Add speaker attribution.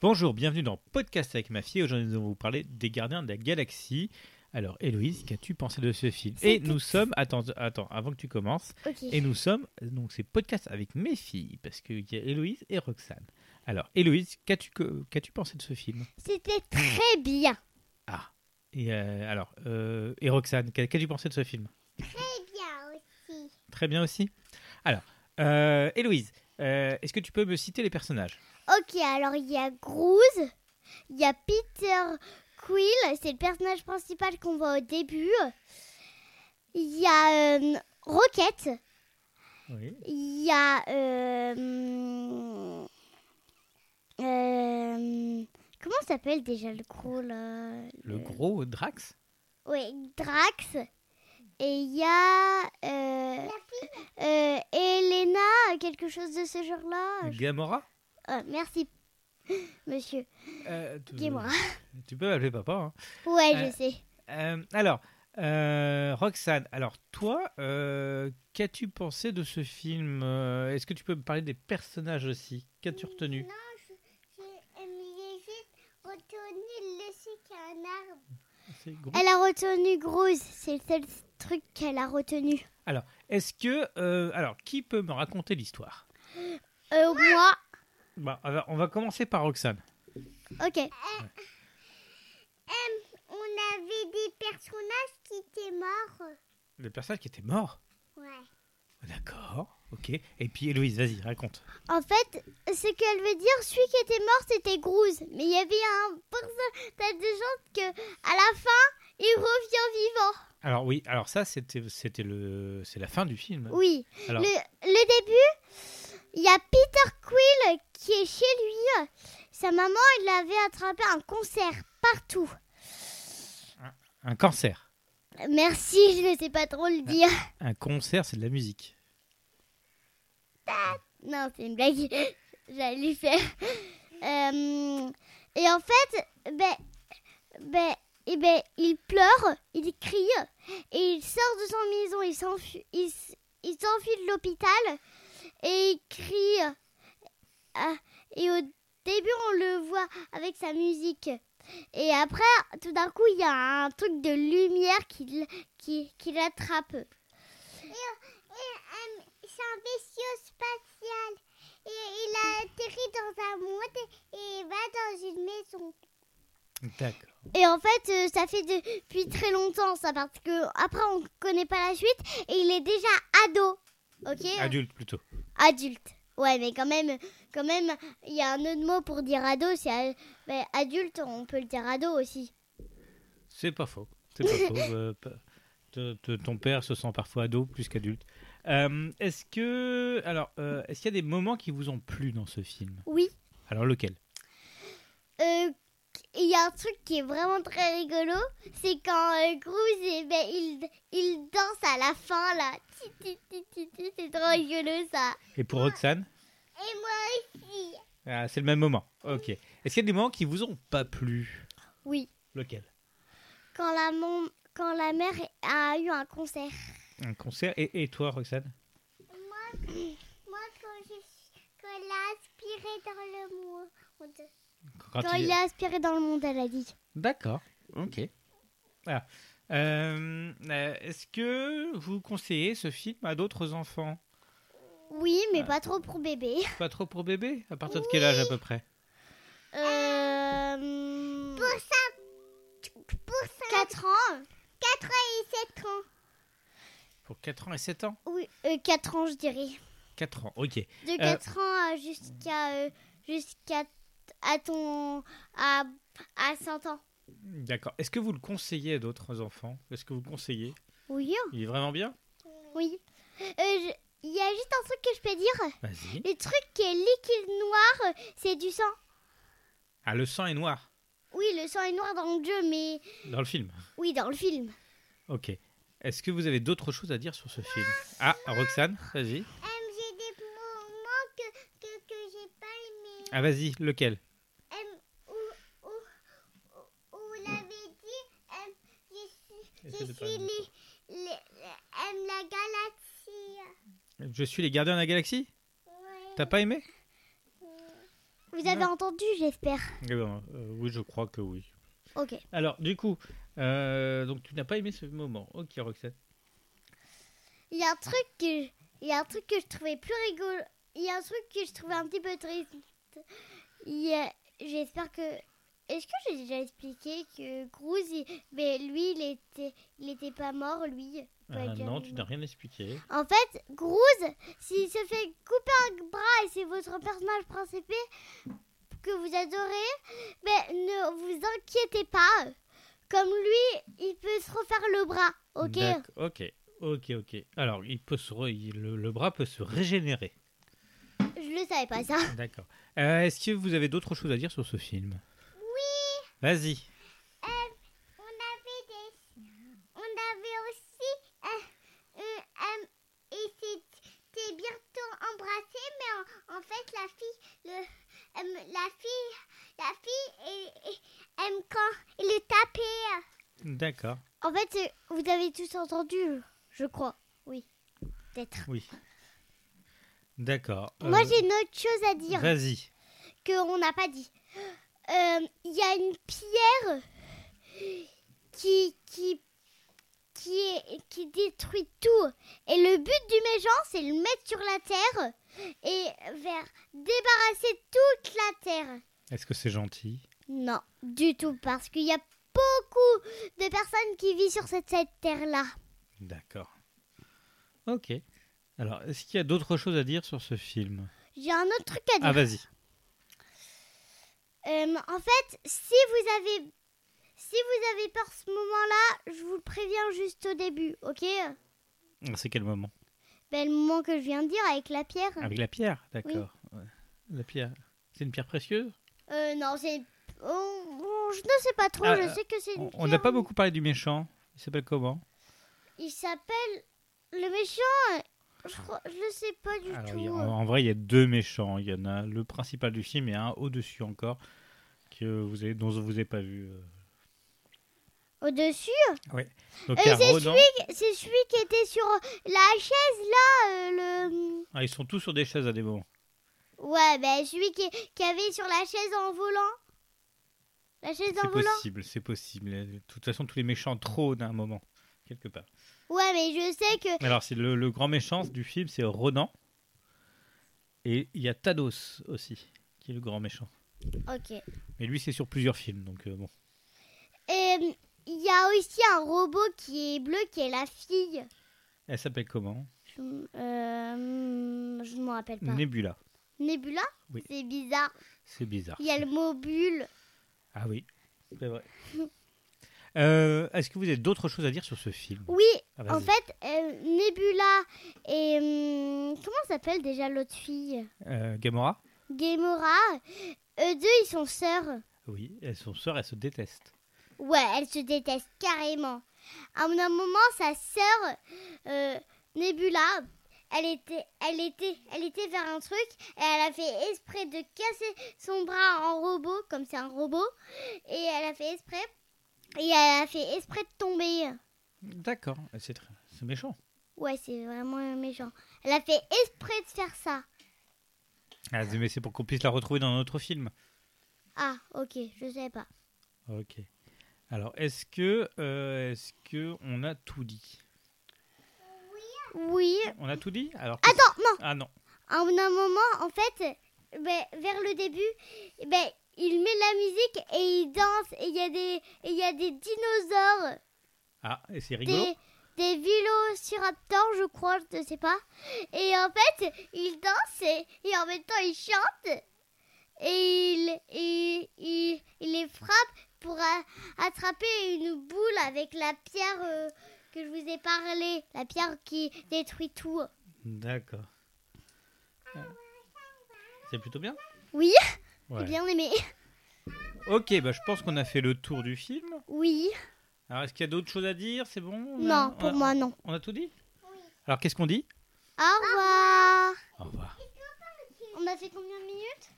Speaker 1: Bonjour, bienvenue dans Podcast avec ma fille. Aujourd'hui, nous allons vous parler des gardiens de la galaxie. Alors, Héloïse, qu'as-tu pensé de ce film Et nous sommes. Attends, attends, avant que tu commences.
Speaker 2: Ok.
Speaker 1: Et nous sommes. Donc, c'est podcast avec mes filles, parce qu'il y a Héloïse et Roxane. Alors, Héloïse, qu'as-tu que- qu'as-tu pensé de ce film
Speaker 2: C'était très bien.
Speaker 1: Ah Et euh, alors, euh, et Roxane, qu'a- qu'as-tu pensé de ce film
Speaker 2: Très bien aussi.
Speaker 1: Très bien aussi. Alors, euh, Héloïse, euh, est-ce que tu peux me citer les personnages
Speaker 2: Ok, alors il y a Groose, il y a Peter Quill, c'est le personnage principal qu'on voit au début. Il y a euh, Rocket,
Speaker 1: Oui.
Speaker 2: il y a. euh, euh, comment s'appelle déjà le gros là
Speaker 1: Le gros Drax
Speaker 2: Ouais, Drax. Et il y a. euh, euh, Elena, quelque chose de ce genre-là.
Speaker 1: Gamora
Speaker 2: Ah, merci, monsieur.
Speaker 1: Euh, tu-
Speaker 2: Gamora.
Speaker 1: Tu peux m'appeler papa. hein.
Speaker 2: Ouais,
Speaker 1: Euh,
Speaker 2: je sais.
Speaker 1: Euh, alors, euh, Roxane, alors toi, euh, qu'as-tu pensé de ce film Euh, Est-ce que tu peux me parler des personnages aussi Qu'as-tu retenu
Speaker 2: J'ai juste retourné le sucre à un arbre.
Speaker 1: C'est gros.
Speaker 2: Elle a retenu Groose, c'est le seul truc qu'elle a retenu.
Speaker 1: Est-ce que... euh, alors, qui peut me raconter l'histoire
Speaker 2: Euh, moi,
Speaker 1: Bah, alors, On va commencer par Roxane.
Speaker 2: ok.
Speaker 3: Euh, On avait des personnages qui étaient morts.
Speaker 1: Le personnage qui était mort
Speaker 3: Ouais.
Speaker 1: D'accord, ok. Et puis Héloïse, vas-y, raconte.
Speaker 2: En fait, ce qu'elle veut dire, celui qui était mort, c'était Groose. Mais il y avait un pourcentage de gens que, à la fin, il revient
Speaker 1: Alors oui, alors ça, c'était c'était le c'est la fin du film.
Speaker 2: vivant. Oui.
Speaker 1: Alors,
Speaker 2: Le, le début, il y a Peter Quill qui est chez lui. Sa maman, elle avait attrapé un concert partout.
Speaker 1: un cancer.
Speaker 2: Merci, je ne sais pas trop le dire.
Speaker 1: Un concert, c'est de la musique.
Speaker 2: Non, c'est une blague. J'allais le faire. Euh, et en fait, ben, ben, eh ben, il pleure, il crie, et il sort de son maison, il s'enfuit, il, s- il s'enfuit de l'hôpital, et il crie. Ah, et au début, on le voit avec sa musique. Et après, tout d'un coup, il y a un truc de lumière qui, l- qui, qui l'attrape.
Speaker 3: C'est un vaisseau spatial. Et il a atterri dans un monde et il va dans une maison.
Speaker 1: D'accord.
Speaker 2: Et en fait, euh, ça fait depuis très longtemps ça, parce que après on connaît pas la suite et il est déjà ado, ok
Speaker 1: Adulte plutôt.
Speaker 2: Adulte. Ouais, mais quand même, quand même, il y a un autre mot pour dire ado, c'est a- ben, adulte, on peut le dire ado aussi.
Speaker 1: C'est pas faux. C'est pas faux. Euh, pa- te- te- ton père se sent parfois ado plus qu'adulte. Euh, Est-ce que alors euh, est-ce qu'il y a des moments qui vous ont plu dans ce film
Speaker 2: Oui.
Speaker 1: Alors lequel
Speaker 2: Euh, Il y a un truc qui est vraiment très rigolo, c'est quand euh, Groose, eh ben, il, il danse à la fin là. Ti, ti, ti, ti, ti, C'est trop rigolo ça.
Speaker 1: Et pour Roxane
Speaker 3: Et moi aussi.
Speaker 1: Ah, C'est le même moment. Ok. Est-ce qu'il y a des moments qui vous ont pas plu
Speaker 2: Oui.
Speaker 1: Lequel
Speaker 2: Quand la, mon- quand la mère a eu un concert.
Speaker 1: Un concert. Et, et toi Roxane
Speaker 3: Moi, quand je quand elle a aspiré dans le monde.
Speaker 1: Quand
Speaker 2: Quand
Speaker 1: il-
Speaker 2: il a aspiré dans le monde, elle a dit.
Speaker 1: D'accord. Ok. Ah. Euh, euh, Est-ce que vous conseillez ce film à d'autres enfants
Speaker 2: Oui, mais
Speaker 1: Ouais.
Speaker 2: pas trop pour bébé.
Speaker 1: Pas trop pour bébé À partir de quel âge à peu près
Speaker 2: Euh...
Speaker 3: Pour ça, pour ça,
Speaker 2: 4 ans
Speaker 3: 7 ans.
Speaker 1: Pour 4 ans et 7 ans
Speaker 2: Oui, 4 ans, je dirais.
Speaker 1: 4 ans, ok.
Speaker 2: De 4 ans à jusqu'à... euh, jusqu'à... à ton... à... à 100 ans.
Speaker 1: D'accord. Est-ce que vous le conseillez à d'autres enfants Est-ce que vous le conseillez
Speaker 2: Oui,
Speaker 1: Il est vraiment bien
Speaker 2: oui. Euh, je- Il y a juste un truc que je peux dire.
Speaker 1: Vas-y.
Speaker 2: Le truc qui est liquide noir, euh, c'est du sang.
Speaker 1: Ah, le sang est noir
Speaker 2: Oui, le sang est noir dans le jeu, mais...
Speaker 1: dans le film.
Speaker 2: Oui, dans le film.
Speaker 1: Ok. Est-ce que vous avez d'autres choses à dire sur ce film Ah, Roxane, vas-y.
Speaker 3: Euh, j'ai des moments que, que, que j'ai pas aimé.
Speaker 1: Ah, vas-y, lequel
Speaker 3: Euh, où, où, où, où on avait dit, euh, je suis, je
Speaker 1: Essaie de
Speaker 3: suis
Speaker 1: parler
Speaker 3: les, les, les- euh, la galaxie.
Speaker 1: Je suis les gardiens de la galaxie
Speaker 3: Ouais.
Speaker 1: T'as pas aimé
Speaker 2: Hmm, Vous avez
Speaker 1: Non.
Speaker 2: entendu, j'espère.
Speaker 1: Eh ben, euh, oui, je crois que oui.
Speaker 2: Ok.
Speaker 1: Alors, du coup, euh, donc tu n'as pas aimé ce moment. Ok, Roxane.
Speaker 2: Il y a un truc que je- il y a un truc que je trouvais plus rigolo. Il y a un truc que je trouvais un petit peu triste. Il y a- J'espère que. Est-ce que j'ai déjà expliqué que Cruz, il- mais lui, il était, il était pas mort, lui. Pas
Speaker 1: Ah,
Speaker 2: déjà
Speaker 1: non,
Speaker 2: mort.
Speaker 1: tu n'as rien expliqué.
Speaker 2: En fait, Groose, s'il se fait couper un bras et c'est votre personnage principal que vous adorez, mais ne vous inquiétez pas. Comme lui, il peut se refaire le bras, ok
Speaker 1: D'ac- Ok, ok, ok. Alors, il peut se re- il- le, le bras peut se régénérer.
Speaker 2: Je le savais pas ça.
Speaker 1: D'accord. Euh, Est-ce que vous avez d'autres choses à dire sur ce film Oui. Vas-y.
Speaker 3: On avait des... On avait aussi... euh, euh, euh, et c'était bientôt embrassé, mais en, en fait, la fille... Le, euh, la fille... La fille, elle- elle- aime quand il est tapé.
Speaker 1: D'accord.
Speaker 2: En fait, c'est- vous avez tous entendu, je crois. Oui, peut-être.
Speaker 1: Oui. D'accord.
Speaker 2: Moi,
Speaker 1: Euh,
Speaker 2: j'ai une autre chose à dire.
Speaker 1: Vas-y.
Speaker 2: qu'on n'a pas dit. Euh, Il y a une pierre qui, qui, qui, est- qui détruit tout. Et le but du méchant, c'est le mettre sur la terre et vers débarrasser toute la terre.
Speaker 1: Est-ce que c'est gentil
Speaker 2: Non, du tout, parce qu'il y a beaucoup de personnes qui vivent sur cette, cette terre-là.
Speaker 1: D'accord. Ok. Alors, est-ce qu'il y a d'autres choses à dire sur ce film
Speaker 2: J'ai un autre truc à dire.
Speaker 1: Ah, vas-y.
Speaker 2: Euh, en fait, si vous avez si vous avez peur ce moment-là, je vous le préviens juste au début, ok
Speaker 1: C'est quel moment
Speaker 2: Ben, le moment que je viens de dire avec la pierre.
Speaker 1: Avec la pierre, d'accord. Ouais. La pierre. C'est une pierre précieuse
Speaker 2: Euh, non, c'est. oh, oh, je ne sais pas trop,
Speaker 1: Ah,
Speaker 2: je
Speaker 1: euh,
Speaker 2: sais que c'est. une
Speaker 1: On on n'a
Speaker 2: pierre.
Speaker 1: pas beaucoup parlé du méchant. Il s'appelle comment
Speaker 2: Il s'appelle. Le méchant euh, Je, crois- je le sais pas du
Speaker 1: Alors,
Speaker 2: tout.
Speaker 1: il y a- en, en vrai, il y a deux méchants. Il y en a le principal du film et un au-dessus encore que vous avez, dont vous n'avez pas vu. euh.
Speaker 2: Au-dessus
Speaker 1: Donc,
Speaker 2: Euh,
Speaker 1: il y a
Speaker 2: c'est
Speaker 1: Ronan.
Speaker 2: C'est celui qui était sur la chaise là, euh, le.
Speaker 1: Ah, ils sont tous sur des chaises à des moments.
Speaker 2: Ouais, ben celui qui, qui avait sur la chaise en volant. La chaise en
Speaker 1: C'est
Speaker 2: volant
Speaker 1: possible, c'est possible. De toute façon, tous les méchants trônent à un moment, quelque part.
Speaker 2: Ouais, mais je sais que.
Speaker 1: Alors, c'est le, le grand méchant du film, c'est Ronan. Et il y a Thanos aussi, qui est le grand méchant.
Speaker 2: Ok.
Speaker 1: Mais lui, c'est sur plusieurs films, donc euh, bon.
Speaker 2: Et il y a aussi un robot qui est bleu qui est la fille.
Speaker 1: Elle s'appelle comment
Speaker 2: Je m- euh, je ne m'en rappelle pas.
Speaker 1: Nebula.
Speaker 2: Nebula
Speaker 1: Oui.
Speaker 2: C'est bizarre.
Speaker 1: C'est bizarre.
Speaker 2: Il y a le mot bulle.
Speaker 1: Ah oui, c'est vrai. Euh, Est-ce que vous avez d'autres choses à dire sur ce film
Speaker 2: Oui,
Speaker 1: Ah,
Speaker 2: en
Speaker 1: vas-y.
Speaker 2: fait, euh, Nebula et. hum, comment s'appelle déjà l'autre fille
Speaker 1: Euh, Gamora
Speaker 2: Gamora. Eux deux, ils sont sœurs.
Speaker 1: Oui, elles sont sœurs, elles se détestent.
Speaker 2: Ouais, elles se détestent carrément. À un moment, sa sœur, euh, Nebula, elle était, elle, était, elle était vers un truc et elle a fait exprès de casser son bras en robot, comme c'est un robot, et elle a fait exprès. Et elle a fait exprès de tomber.
Speaker 1: D'accord, c'est très- c'est méchant.
Speaker 2: Ouais, c'est vraiment méchant. Elle a fait exprès de faire ça.
Speaker 1: Ah, mais c'est pour qu'on puisse la retrouver dans notre film.
Speaker 2: Ah, ok, je sais pas.
Speaker 1: Ok. Alors, est-ce que, euh, est-ce que on a tout dit
Speaker 2: Oui.
Speaker 1: On a tout dit Alors. qu'est-ce-
Speaker 2: Attends, non.
Speaker 1: Ah non.
Speaker 2: À un moment, en fait, ben, vers le début, ben, il met la musique et il danse. Et il y a des, et il y a des dinosaures,
Speaker 1: Ah, et c'est rigolo.
Speaker 2: des, des vélociraptors, je crois, je ne sais pas. Et en fait, il danse et, et en même temps, il chante. Et il, et il, il les frappe pour a- attraper une boule avec la pierre euh, que je vous ai parlé. La pierre qui détruit tout.
Speaker 1: D'accord. Euh, C'est plutôt bien.
Speaker 2: Oui,
Speaker 1: Ouais.
Speaker 2: bien aimé.
Speaker 1: Ok, bah je pense qu'on a fait le tour du film.
Speaker 2: Oui.
Speaker 1: Alors, est-ce qu'il y a d'autres choses à dire C'est bon On a-
Speaker 2: Non, pour
Speaker 1: on a-
Speaker 2: moi, non.
Speaker 1: On a tout dit Alors, qu'est-ce qu'on dit
Speaker 2: Au revoir.
Speaker 1: Au revoir.
Speaker 2: On a fait combien de minutes